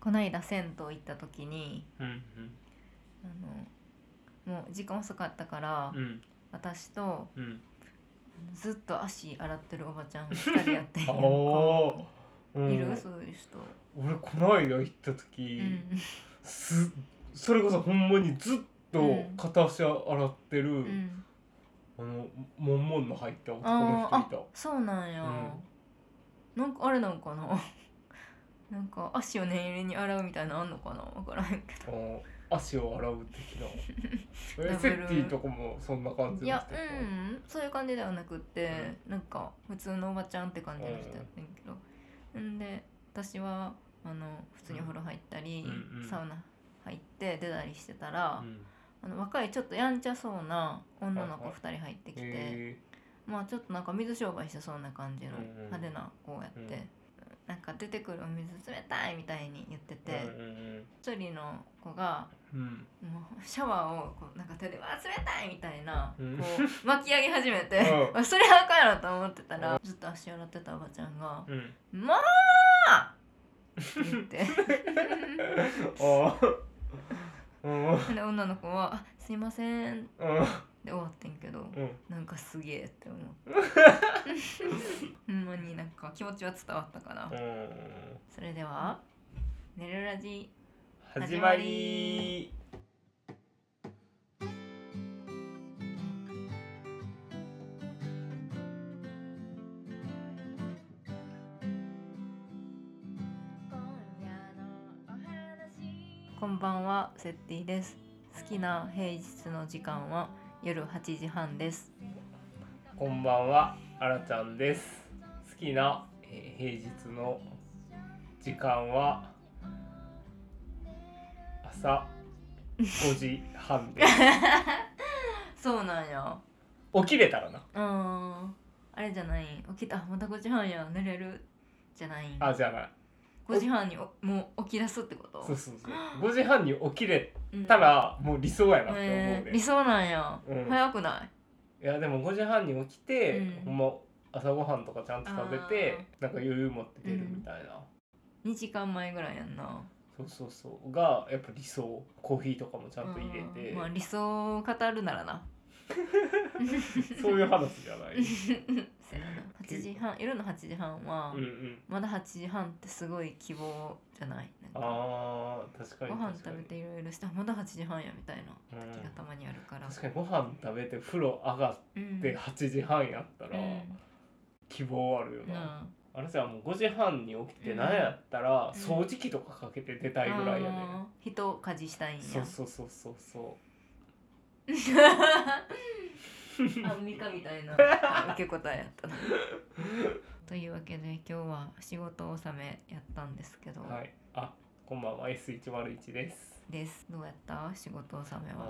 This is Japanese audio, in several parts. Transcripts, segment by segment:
こないだ銭湯行った時にうんあのもう時間遅かったから、うんうん私とうんずっと足洗ってるおばちゃん2人やってんやん おかうんいるそういう人、俺この間行った時、うんすそれこそほんまにずっと片足洗ってる、うん、あのモンモンの入った男のあ人いーたあそうなんや、なんかあれなんかな なんか足を念入りに洗うみたいなのあんのかなわからへんけあの足を洗う的な えダブセルッティとかもそんな感じどのいや人うとんそういう感じではなくって、なんか普通のおばちゃんって感じの人やってんけど、んで私はあの普通にお風呂入ったり、うんうんサウナ入って出たりしてたら、うんあの若いちょっとやんちゃそうな女の子はいはい2人入ってきて、えまあちょっとなんか水商売してそうな感じのうんうん派手な子やって、うんなんか出てくるお水冷たいみたいに言ってーてうんうん一、人の子がうんもうシャワーをこうなんか手で「わあ冷たい!」みたいな、うんこう巻き上げ始めて、う それあかんやろと思ってたら、ずっと足洗ってたおばちゃん がうん「もう!」って言って あーうんうんで女の子は「あすいません」で終わってんけど。うんなんかすげえって 思う ほんまになんか気持ちは伝わったかな、うんそれでは「ねるラジ始まり今夜のお話」こんばんはセッティです好きな平日の時間は夜8時半です こんばんは、あらちゃんです。好きな、えー平日の時間は朝5時半です。 そうなんや起きれたらな。うーんあれじゃない起きたあまた5時半や寝れるじゃないあ、じゃない。 5時半におもう起き出すってことそうそうそう。5時半に起きれうんたらもう理想やなって思うえーね理。想なんや、うん早くないいやでも5時半に起きて、うほんんま朝ごはんとかちゃんと食べてなんか余裕持って出るみたいな。 2時間前ぐらいやんなそうそうそうがやっぱ理想コーヒーとかもちゃんと入れて、うんまあ理想を語るならな そういう話じゃない。せやな8時半夜の8時半は、うんうん。まだ8時半ってすごい希望じゃないなんかあー確かごに飯確か食べにていろいろしてあまだ8時半やみたいなうん時がたまにあるから、確かにご飯食べて風呂上がっうんて8時半やったらうん希望あるよな、なあれさもう5時半に起きてうん何やったらうん掃除機とかかけて出たあいぐらいやね、あー人を家事したいんやそうそうそうそうそ アンミカみたいな受け答えや ったなというわけで今日は仕事納めやったんですけど、うはいあこんばんは S101 ですですどうやった仕事納めうは、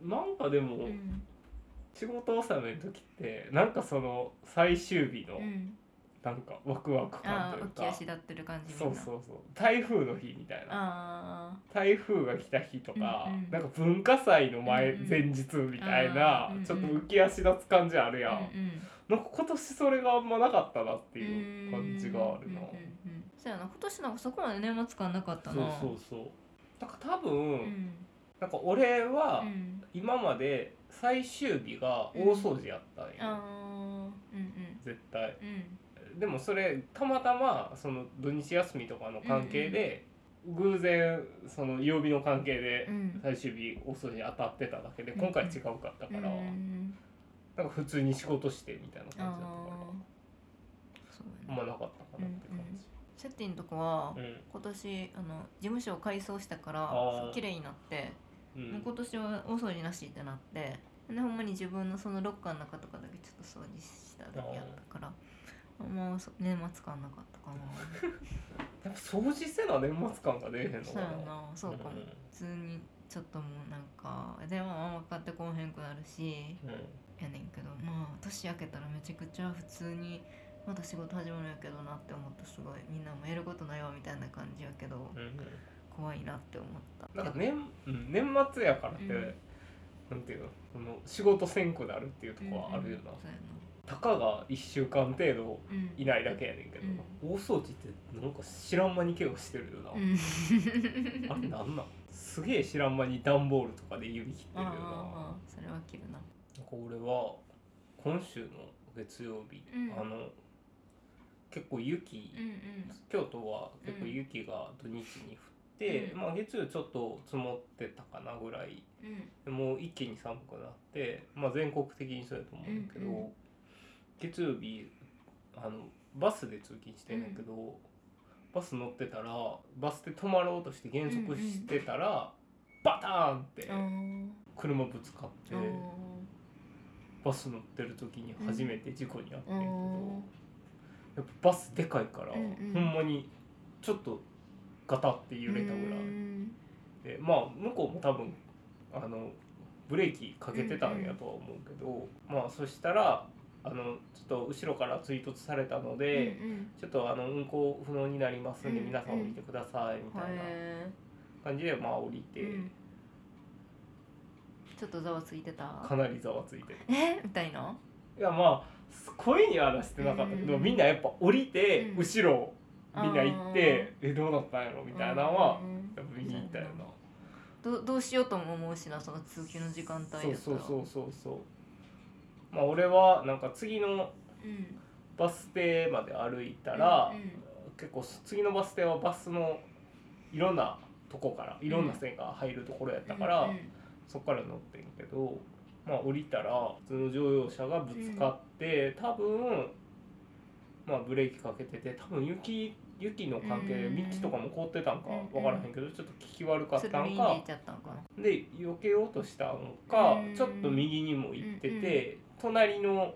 ーんなんかでも、うん仕事納めの時ってなんかその最終日のうん、なんかワクワク感あとあいう浮か、き足立ってる感じみそんうなそうそう台風の日みたいなあ台風が来た日とか、うんうんなんか文化祭の前、うんうん前日みたいな、あーうんうんちょっと浮き足立つ感じあるあやん、うんうんなんか今年それがあんまなかったなってういう感じがあるな、んうんうんそうやな今年なんかそこまで年末感なかったそうなそううそうなんか多分、んなんか俺うはん今まで最終日が大掃除やったんよ、あーうん絶対うんうんでもそれたまたまその土日休みとかの関係で、偶然その曜日の関係でうん最終日大掃除に当たってただけでうん今回違うかったから、うんなんか普通に仕事してみたいなあ感じだったからーそうやなあんまなかったかなって感じ。セッティのとこはうん今年あの事務所を改装したかあらー綺麗になってうんもう今年は大掃除なしってなってでほんまに自分のそのロッカーの中とかだけちょっと掃除しただけやったからあんまそ年末感なかったかな やっぱ掃除せな年末感が出えへんのそかうなや。なそうかも、うん普通にちょっともうなんか電話も分かってこうへんくなるしうやねんけどまあ年明けたらめちゃくちゃ普通にまだ仕事始まるんやけどなって思ったすごいみんなもやることないわみたいな感じやけどんうん怖いなって思ったなんか年うん年末やからって、うんなんていうのその仕事せんくなるっていうとこはあるよな、うんそうやたかが1週間程度うんいないだけやねんけど、大掃除ってなんか知らん間に怪我してるよな、うん あれなんなんすげえ知らん間に段ボールとかで指切ってあるーよなあーそれは切るななんか俺は今週の月曜日、うんあの結構雪、うん京都は結構雪が土日に降って、うんまあ月曜ちょっと積もってたかなぐらいうんうんでもう一気に寒くなって、まあ、全国的にそうやと思うんだけど、うんう月曜日あのバスで通勤してんだけど、バス乗ってたらバスで止まろうとして減速してたら、バターンってあー車ぶつかって、あーバス乗ってる時に初めて事故に遭ってんあけど、ーやっぱバスでかいから、うんうんほんまにちょっとガタって揺れたぐらい。うんでまあ向こうも多分あのブレーキかけてたんやとは思うけど、まあそしたらあのちょっと後ろから追突されたのうんうで、んちょっとあの運行不能になりますんでうん皆さん降りてくださいみたいなへ感じでまあ降りて、ーうんちょっとざわついてたかなりざわついてるえみたいないやまあ声には出してなかったけど、うんみんなやっぱ降りて、うん後ろみんな行って、えどうなったんやろみたいなのはう、んやっぱ見に行ったよな。どどうしようとも思うしなその通勤の時間帯だったそうらそうそうそうそうまあ俺はなんか次のうんバス停まで歩いたら、うんうん結構次のバス停はバスのいろんなとこからいろんな線が入るところやったから、うんうんそっから乗ってんけどまあ降りたら普通の乗用車がぶつかって、多分まあブレーキかけてて多分雪雪の関係で道とかも凍ってたんか分からへんけどちょっと聞き悪かっそたんれか、見に行っちゃったんかなで避けようとしたのかうんちょっと右にも行ってて隣の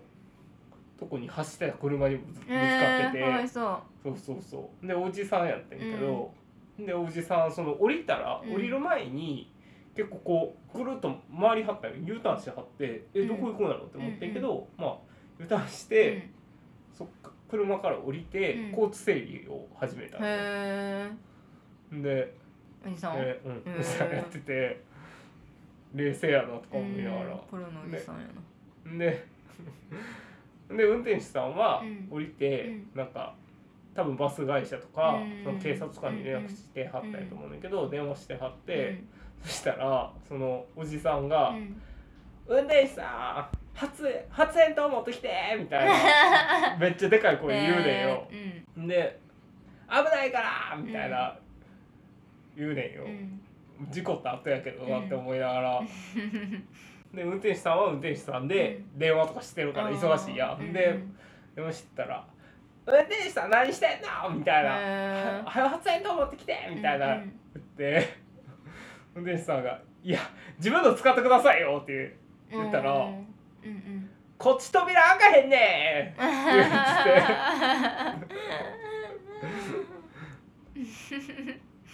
とこに走ってた車にもぶつぶつかってえー、かわいてそうそうそうそうでおじさんやってんけどでおじさんその降りたらうん降りる前に結構こうぐるっと回りはったよ U ターンしてはってえうんどこ行くんやろって思ってんけどまあ U ターンしてそっか車から降りうてん交通整理を始めたうん、のよへでえおじさん、えーうん、うんそう やってて冷静やなとか思いながうんプロのおじさんやな、らでで運転手さんはうん降りて、うなんか多分バス会社とか、うんその警察官に連絡してはったりと思うんだけど、電話してはって、そしたらそのおじさんがうん、うん「運転手さん発煙発煙筒持ってきて!」み たいなめっちゃでかい声言うねんよ。えで「危ないから!」みたいな、言うねんよ。ーうん事故った後やけどなって思いながら、うん、で運転手さんは運転手さんでう電話とかしてるから忙しいやん、うんででも知ったら「運転手さん何してんの?」みたいなへ「は早発煙筒持ってきて!」みたいなう言んって、運転手さんが「いや自分の使ってくださいよ」っていううん言ったらうんうん「こっち扉開かへんねん!」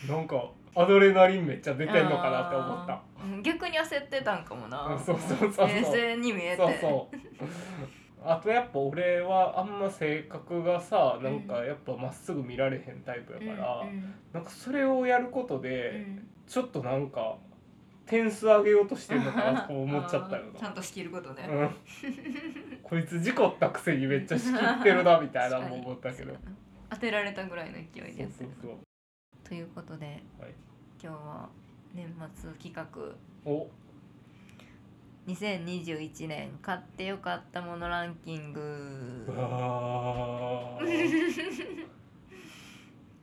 なんかアドレナリンめっちゃ出てんのかなって思った。あーうん逆に焦ってたんかもうなんそうそうそうそう冷静に見えてそうそうあとやっぱ俺はあんま性格がさなんかやっぱまっすぐ見られへんタイプやから、んなんかそれをやることうんで、んちょっとなんか点数上げようとしてるの かなとか思っちゃったよあーちゃな。んと仕切ることね、うん、こいつ事故ったくせにめっちゃ仕切ってるなみたいなのも思ったけど確かに当てられたぐらいの勢いでやってそうそうるそうということで、はい今日は年末企画お2021年買ってよかったものランキング うわー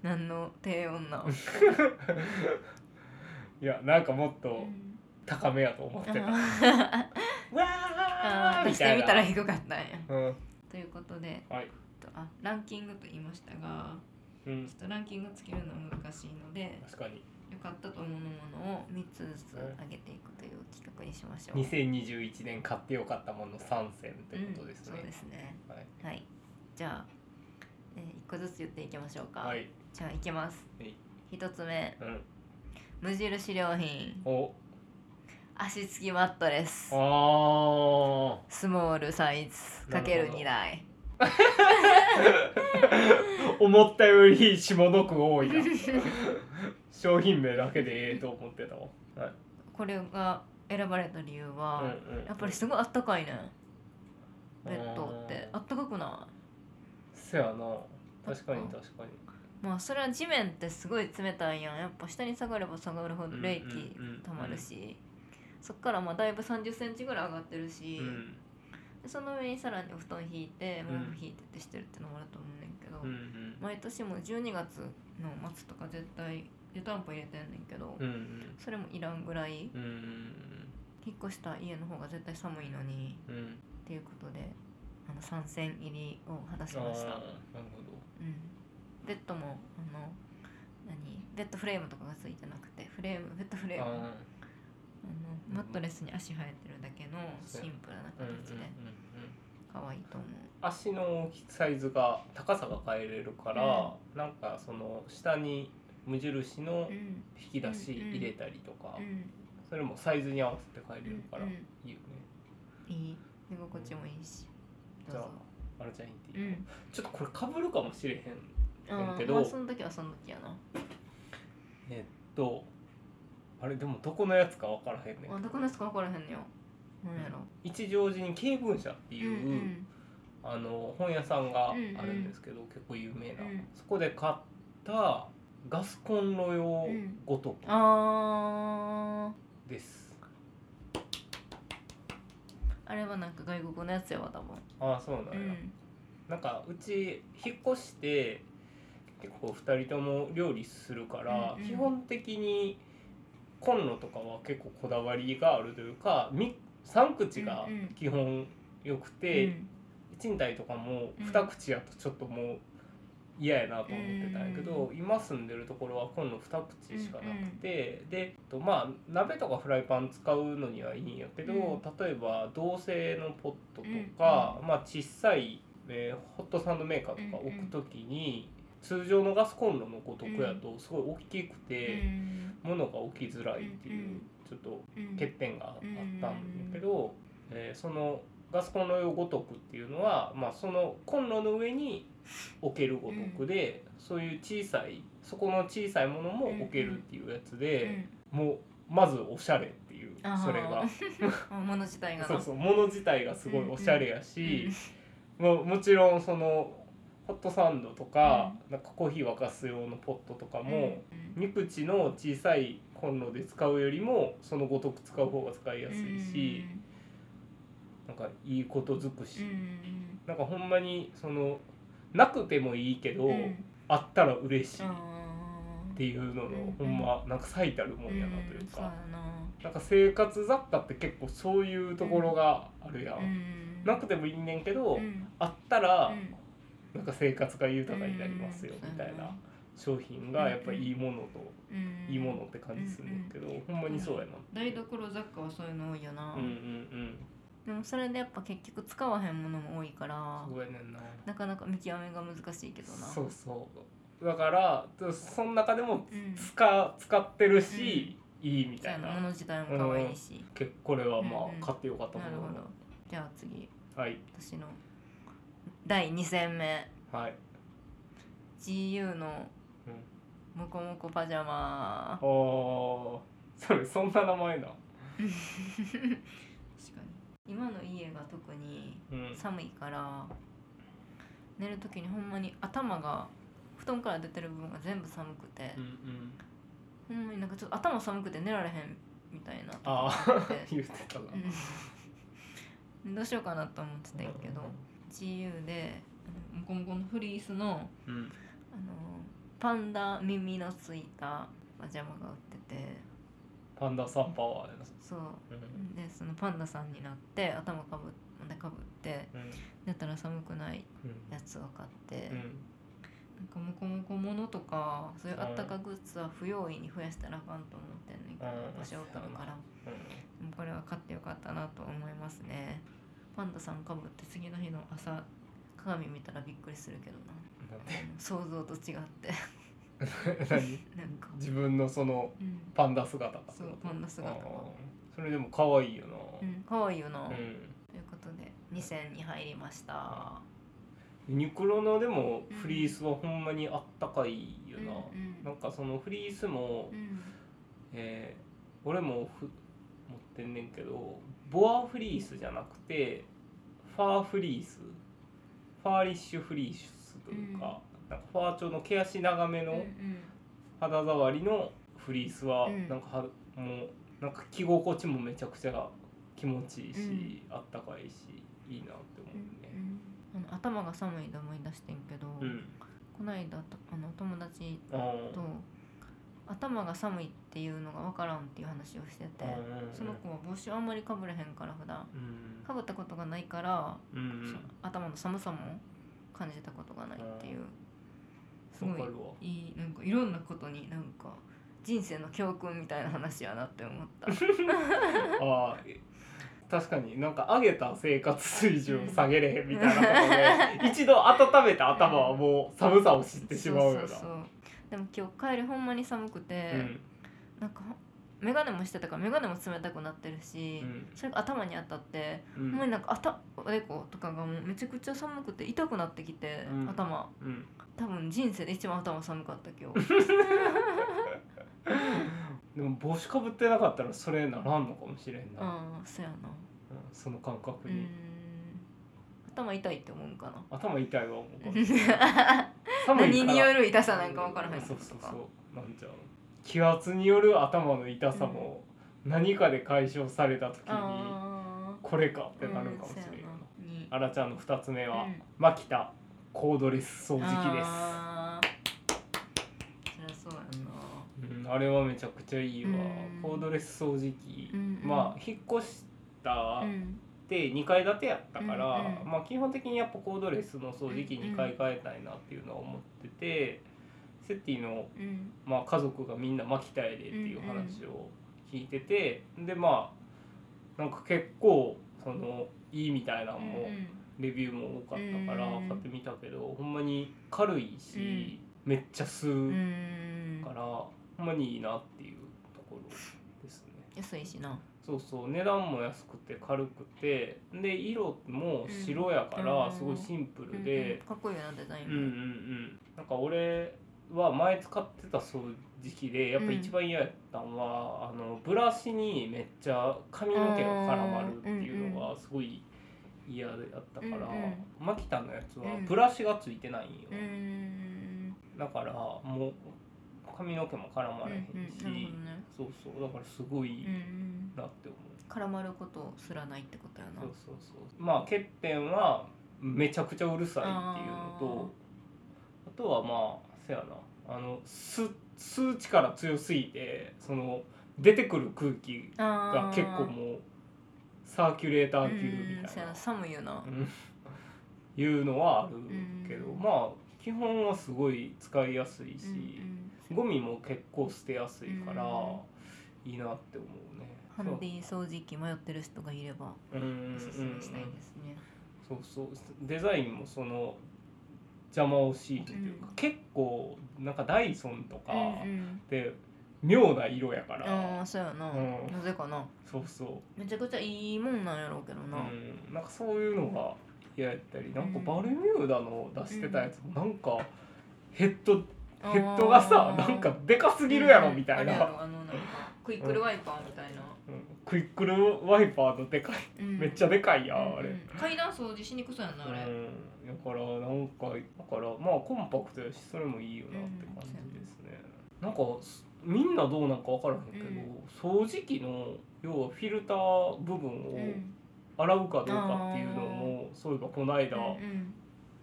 何の低音な、いやなんかもっうとん高めやと思ってた。わ あーー出してみたら低かったんやうんということで、はいとあランキングと言いましたがうんちょっとランキングつけるのは難しいので確かに良かったと思うものを3つずつ上げていくという企画にしましょう。 2021年買ってよかったもの参戦ということですうんそうでね。すねはいはい、じゃあ、えー、一個ずつ言っていきましょうか。はい。じゃあ、いきますはい。一つ目、うん。無印良品、お、足つきマットレス、あスモールサイズかけなるるほど二台。あ。思ったより下の句多いな。商品名だけでええと思ってたわ。はい。これが選ばれた理由は、うんうん。やっぱりすごいあったかいね。あベッドってああったかくなせやな確かに確かにいまあそれは地面ってすごい冷たいやんやっぱ下に下がれば下がるほど冷気うんうんうんうんたまるし、そっからまあだいぶ3 0センチぐらい上がってるし、うんでその上にさらにお布団引いてうん毛布引いてってしてるってのもあると思うねんけど、うんうん毎年もう12月の末とか絶対湯たんぽ入れてんねんけど、うんうんそれもいらんぐらいうん引っ越した家の方が絶対寒いのにうんうんっていうことであの参戦入りを果たしあーまなるした、ほどうん、ベッドもあの何ベッドフレームとかがついてなくてフレームベッドフレームあのあマットレスに足生えてるだけのそうシンプルなーうんうんうんうん形で可愛いと思う、足の大きサイズが高さが変えれるから、なんかその下に無印のうん引き出し入れたりとか、うんそれもサイズに合わせて変えれるから、うんいいよねいい寝心地もいいしじゃどうあぞあらちゃんいってういい、んちょっとこれかぶるかもしれへんあやけーどまあその時はその時やなえっとあれでもどこのやつか分からへんねあんどこのやつか分からへんのよなんやろ一乗寺に慶文社ってういう、んあの本屋さんがあるんですけど、結構有名な、うんそこで買ったガスコンロ用ごとうんあです、ーあれはなんか外国のやつやわ多分ああそうなんや、うんなんかうち引っ越して結構2人とも料理するから、うんうん基本的にコンロとかは結構こだわりがあるというか3口がうんうん基本良くて、賃貸とかもうん2口やとちょっともう嫌やなと思ってたんやけど、今住んでるところは今度2口しかなくて、でとまあ鍋とかフライパン使うのにはいいんやけど、うん例えば銅製のポットとか、まあ小さい、えーホットサンドメーカーとか置くときに、通常のガスコンロのごとくやとすごい大きくうんて、物が置きづらいっていう、うんうんちょっとうん欠点があったんだけど、えーそのガスコンロ用ごとくっていうのは、まあ、そのコンロの上に置けるごとくで、そういう小さいそこの小さいものも置けるっていうやつで、もうまずおしゃれっていうあーそれ がうん物自体がなそうそう物自体がすごいおしゃれやうしん、もうもちろんそのホットサンドとか,、なんかコーヒー沸かす用のポットとかも。うん2口の小さいコンロで使うよりもそのごとく使う方が使いやすいし、なんかいいこと尽くし、うんなんかほんまにそのなくてもいいけど、うんうんあったら嬉しいっあーていうのの、うんほんまなんか最たるもんやなといううんそうやか、なんか生活雑貨って結構そういうところがあるやん、なうんなくてもいいねんけど、うんあったらうんなんか生活が豊かになりますよ、みたいな商品がやっぱいいものと、うんいいものって感じするんだけど、ほんまにそうやなってい台う所雑貨はそういうの多いよな、うんうんでもそれでやっぱ結局使わへんものも多いかうらん。すごいねんな。なかなか見極めが難しいけどなそうそう。だからその中でもうん、そ使使ってるし、いいみうやたいなな。物自体も可愛いし、結構これはまうんうんあ買ってよかったなもるのほどじゃあ次はい私の第2戦目はい。 GU のモコモコパジャマああーそれそんな名前な。確かに今の家が特にうん。寒いから寝る時にほんまに頭が布団から出てる部分が全部寒くてうんう、ん。ほんまになんかちょっと頭寒くて寝られへんみたいな時あがあっあて言ってたな。うんどうしようかなと思ってたんやけど GU であのモコモコのフリースのうん。あのパンダ耳のついたパジャマが売っててパンダさんパワーやな。そううんでそのパンダさんになって頭かぶでかぶってうん寝たら寒くないうんやつを買って、うんなんかモコモコものとかそういうあったかグッズは不用意に増やしたらあかんと思ってんねんけどうん場所を取るからう。でもこれは買ってよかったなと思いますねパンダさんかぶって次の日の朝鏡見たらびっくりするけどなんなんあの想像と違って で 何なんか、自分のそのうん、パンダ姿かってそこうとパンダ姿があーそれでも可愛いよなうん、可愛いよな、うん、ということで2戦に入りましたユニクロのでもフリースはほんまにあったかいよな、うんうんなんかそのフリースも、うんえー俺もふ持ってんねんけどボアフリースじゃなくてファーフリースファーリッシュフリースというか,、なんかファー調の毛足長めうんの肌触りのフリースはうんなんかは、もうなんか着心地もめちゃくちゃ気持ちいいし、あったかいしいいなって思うんうね。うんあの頭が寒いで思い出してんけど、うん、こないだとあの友達あーと頭が寒いっていうのが分からんっていう話をしてて、うんその子は帽子あんまりかぶれへんから普段うんかぶったことがないから、うんうんそ頭の寒さも感じたことがないっていう、すわごかるわ。いいいなんかいろんなことになんか人生の教訓みたいな話やなって思 った。ああえ確かになんか上げた生活水準を下げれへんみたいなことで一度温めた頭はもう寒さを知ってしまうようなそそそうでも今日帰りほんまに寒くて、うんなんかほん眼鏡もしてたから眼鏡も冷たくなってるし、うんそれが頭に当たって、うんほんまになんかあたおでことかがもうめちゃくちゃ寒くて痛くなってきて、うん頭うん多分人生で一番頭寒かった今 日でも帽子かぶってなかったらそれならんのかもしれんな、うんああそうやなその感覚うに、ん頭痛いって思うんかな頭痛いわもう寒い 何からによる痛さなんか分からへんそうそうとかそうなんじゃう気圧による頭の痛さも何かで解消された時にああこれかってなるかもしれんよなにあらちゃんの2つ目は、うんマキタコードレス掃除機ですあ,、あーそりゃそうやんなうん、あれはめちゃくちゃいいわ、うんコードレス掃除機、うんうんまあ引っ越したうんって2階建てやったから、うんうんまあ基本的にやっぱコードレスの掃除機うんうにん買い替えたいなっていうのは思ってて、セッティの、うんまあ、家族がみんなマキタやでっていう話を聞いてて、でまあなんか結構そのいいみたいなのも、うんレビューも多かったからうん買ってみたけど、ほんまに軽いし、めっちゃ吸うんうううんから、ほんまにいいなっていうところですね。安いしなそうそう値段も安くて軽くてで色も白やかうらんすごいシンプルうんうでん、かっこいいよなデザイうんうんうんンもなんか俺は前使ってた掃除機でやっぱ一番嫌やったのは、あのブラシにめっちゃ髪の毛が絡まるっていうのがすごい嫌だったから、うんうんマキタのやつはうんブラシがついてないんよ、うんだからもう髪の毛も絡まうんうれへんんし、なるほどねそうそうだからすごいいいうんうんなって思う。絡まることすらないってことやなそうそうそうまあ欠点はめちゃくちゃうるさいっていうのとあとはまあせやなあの吸吸う力強すぎてその出てくる空気があー結構もうサーキュレータうー級んみたいそうやなな、寒いよなうんいうのはあるけど、うんまあ基本はすごい使いやすいし、うんうんゴミも結構捨てやすいから、いいなって思うね。ハンディ掃除機迷ってる人がいればうんうんうんうんおすすめしたいですねそうそうデザインもその邪魔をしいというか、うん結構なんかダイソンとかうんうんで妙な色やから、ああそうやなうんなぜかなそうそめちゃくちゃいいもんなんやろうけどう、なうん、なんかそういうのが嫌やったりなんかうんバルミューダの出してたやつもなんかヘッドあーヘッドがさなんかでかすぎるやろみたいうんあれやな、ろあのなんかクイックルワイパーみたいなうんクイックルワイパーのでかいめっちゃゃでかいやんあれ。階段掃除しにくそうやんなあれうん、だからなんかだからまあコンパクトやしそれもいいよなって感じですね、なんかすみんなどうなんか分からへんけど、掃除機の要はフィルター部分うをん洗うかどうかっていうのも、そういえばこの間、うんうん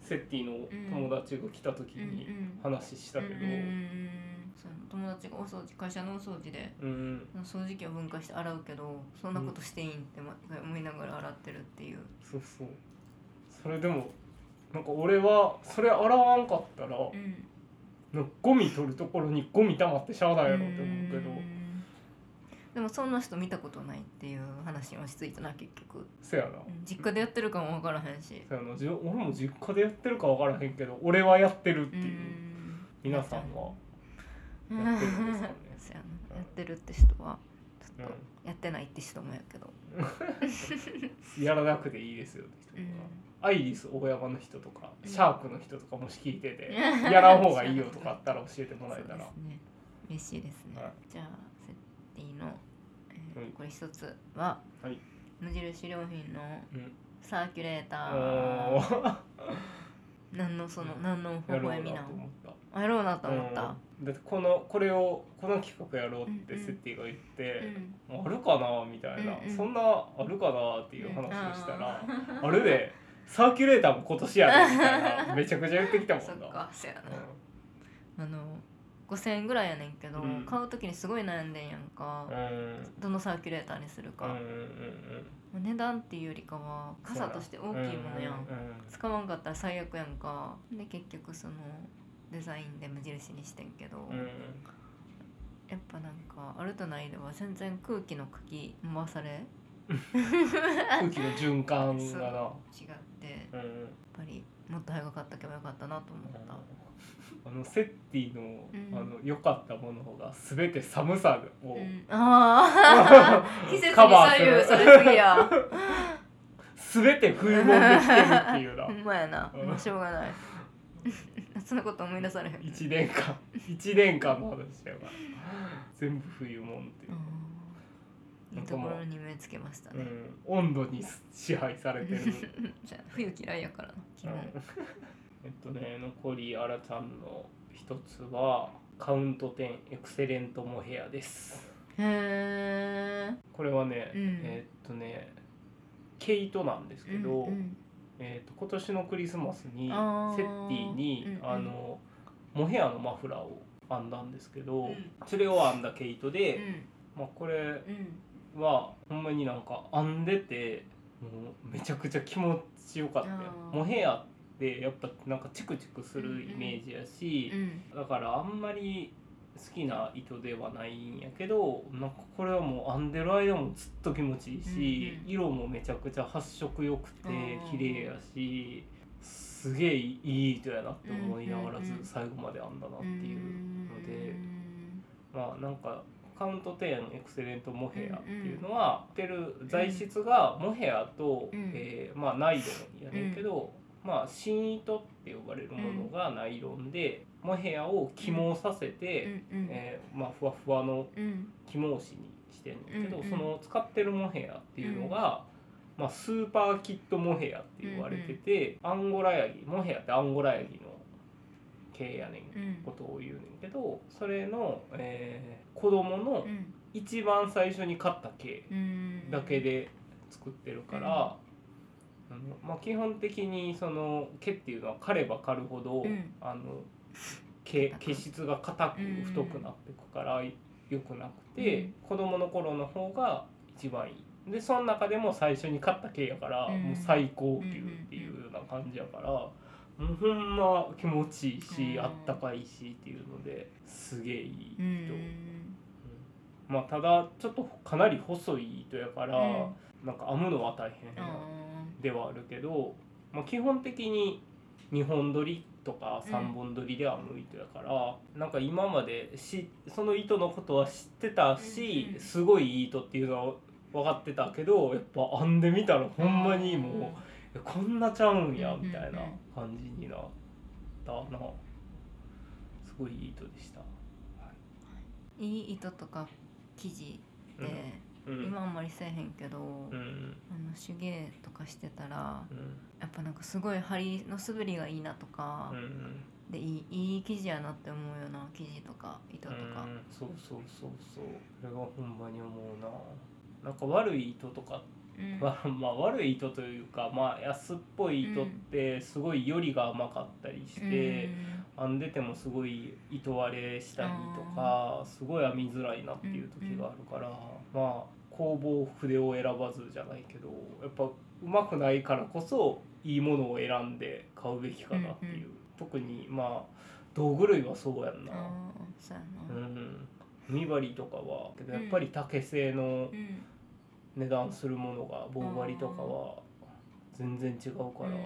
セッティの友達が来た時うんにうん話したけど、うんうんうんうんそう友達がお掃除会社のお掃除でうん掃除機を分解して洗うけどそんなことしていいんって毎回思いながら洗ってるっていうそうそうそれでもなんか俺はそれ洗わんかったら、うんなんかゴミ取るところにゴミ溜まってしゃあないやろって思うけど。んでもそんな人見たことないっていう話に落ち着いたな結局せやな、うん実家でやってるかも分からへんしせやなじ俺も実家でやってるか分からへんけど俺はやってるってういう、ん皆さんは、うんやってるんですかね そうやなやってるって人はちうょっとやってないって人もや けど、ん、やらなくていいですよってう人とん、かアイリス大山の人とかうんシャークの人とかもし聞いてて、やらん方がいいよとかあったら教えてそもうらえですたらね嬉しいですね、はいじゃあセッティの、えーはいこれ一つは、はい無印良品のうんサーキュレータおーー何のその何の微やろう笑みななとの思ったあやろうなと思った、うん、だってこのこれをこの企画やろうってうんうんセッティが言って、ん、あるかなみたいな、うんうんそんなあるかなっていう話をしたら、うんあれでサーキュレーターも今年やねみたいなめちゃくちゃ言ってきたもんそなっかそやな、うあの5,000円ぐらいやねんけど、うん買う時にすごい悩んでんやんか、んうんどのサーキュレーターにするか、うんもうんう値段っていうよりかは傘として大きいものやん、うんうん使わんかったら最悪やんかで結局そのデザインで無印にしてんけど、うんやっぱなんかあるとないでは全然空気のかき回され空気の循環がな違ってやっうんうんぱりもっと早かったけばよかったなと思った、あのセッティのうんあの良かったものが全て寒さをうん、あ あ季節にカバーす左る右されすぎ や 全て冬もできてるっていうなほんまやな、う んもうしょうがない そんなこと思い出されへんうん1年間1年間の話だから全部冬もんっていう、いいところに目つけましたうね、ん、温度に支配されてる じゃあ冬嫌いやからな基うん本、 えっとね残りあらちゃんの一つはカウント10エクセレントモヘアですへえこれはね、うんえっとね毛糸なんですけど、えー、と今年のクリスマスにセあーッティにうんうんあのモヘアのマフラーを編んだんですけど、うんそれを編んだ毛糸で、うんまあ、これうんはほんまになんか編んでてもうめちゃくちゃ気持ちよかったよあーモヘアってやっぱなんかチクチクするイメージやしう、んだからあんまり好きな糸ではないんやけどなんかこれはもう編んでる間もずっと気持ちいいし、うん色もめちゃくちゃ発色よくてあー綺麗やしすげえいい糸やなって思いながらずうんうんうん最後まで編んだなっていう、のでうんまあなんかカウント10エクセレントモヘアっていうのは、てる材質がモヘアと、うんえーまあ、ナイロンやねんけど、まあ新糸って呼ばれるものがナイロンで、モヘアを起毛させて、うんうんえーまあ、ふわふわのうん起毛紙にしてるんだけど、うんうんその使ってるモヘアっていうのが、まあ、スーパーキットモヘアって言われてて、アンゴラヤギモヘアってアンゴラヤギの毛やねんうんことを言うねんけどそれの、えー子供のうん一番最初に買った毛うんだけで作ってるから、あのまあ、基本的にその毛っていうのは刈れば刈るほど、うんあの毛硬く毛質が硬うくん太くなっていくから良くなくて、うん子供の頃の方が一番いい。でその中でも最初に買った毛やから、うんもう最高級っていうような感じやから、もうほんま気持ちいいし、うんあったかいしっていうのですげえいい糸。うんうんまあただちょっとかなり細い糸やから、うんなんか編むのは大変あではあるけど、まあ、基本的に2本取りとかうん3本取りでは無糸だから、なんか今までしその糸のことは知ってたし、うんうんすごいいい糸っていうのは分かってたけどやっぱ編んでみたらーほんまにもう、こんなちゃうんやうんうんうんみたいな感じになったなすごいいい糸でした。いい糸とか生地で、うん今あんまりせえへんけど、うんあの手芸とかしてたらうんやっぱなんかすごい針の滑りがいいなとか、うんでいいいい生地やなって思うような生地とか糸とか、うんそうそうそうそうそれがほんまに思うななんか悪い糸とか、 うんわまあ悪い糸というかまあ安っぽい糸ってすごいよりが甘かったりして、編んでてもすごい糸割れしたりとかすごい編みづらいなっていう時があるから、まあ工房筆を選ばずじゃないけどやっぱうまくないからこそいいものを選んで買うべきかなっていう、うん特にまあ道具類はそうやんうん、な。ああそうやうな、ん、ミバリとかはけどやっぱり竹製のうん値段するものが棒針とかは全然違うからう思んい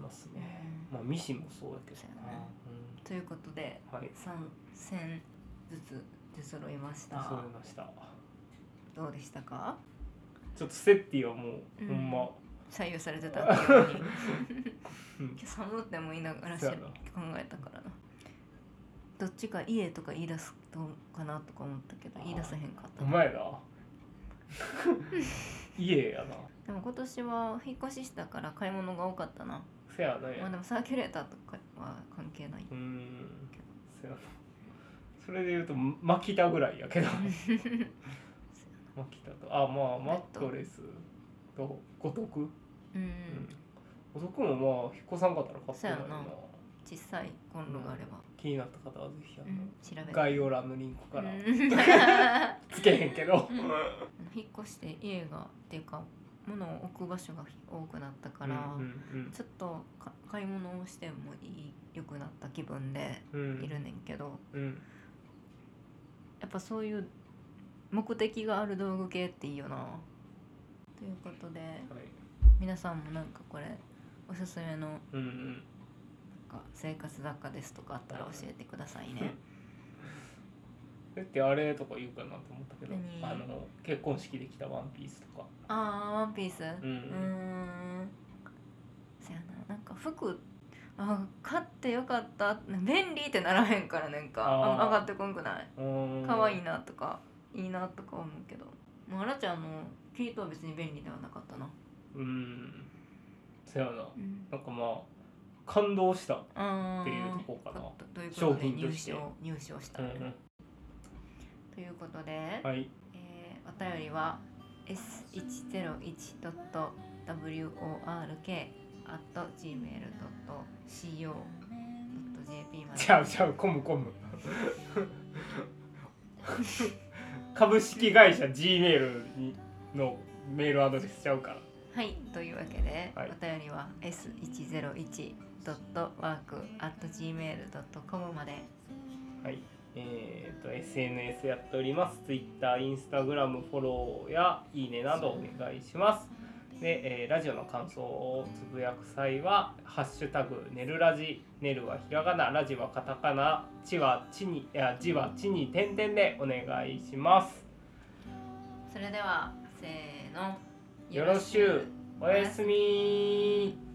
ますね、まあミシンもそうやけどな、ということでうん、はい三千ずつ出揃いましたそうましたどうでしたかちょっとセッティはもう、うんほんま採用されてたっていうの にうん寒っても言いながらしそう考やなえたからなどっちか家とか言い出すとかなとか思ったけどあー言い出せへんかったうまいな 家やなでも今年は引っ越ししたから買い物が多かったな、せやねまあでもサーキュレーターとかは関係 ない、 うーんせやなそれで言うとマキタぐらいやけどマキタとあまあマットレスと五徳うん、うん五徳もまあ引っ越さんかったら買ってないせやなな小さいコンロがあれば、気になった方はぜひあうの、ん、調べて概要欄のリンクからうんつけへんけど 引っ越して家がっていうか物を置く場所が多くなったから、うんうんちょっとか買い物をしてもいい良くなった気分でうんいるねんけど、うんやっぱそういう目的がある道具系っていいよな。ということではい皆さんもなんかこれおすすめのなんうんうんか生活雑貨ですとかあったら教えてくださいね。だってあれとか言うかなと思ったけど何あの結婚式で着たワンピースとかあーワンピースううんーんそやななんか服あ買ってよかった便利ってならへんからなんかああー上がってこんくない可可愛いななとかいいなとか思うけどまああらちゃんのキートは別に便利ではなかったな、うんせやなうん、なんかまあ感動したあーっていうとこかなどどういうこと商で品入として賞入賞した、うんうんということで、はいえーお便りは s101.work.gmail.co.jp までちゃうちゃうコムコム株式会社 G メールのメールアドレスちゃうからはい、というわけで、はいお便りは s101.work.gmail.com まではいえー、と SNS やっております Twitter、Instagram フォローやいいねなどお願いしますで、えーラジオの感想をつぶやく際は「ハッシュタグねるラジ」「ねるはひらがな」「ラジはカタカナ」「ちはちに」いや「じはちに」「点々」でお願いしますそれではせーのよろしゅうおやすみ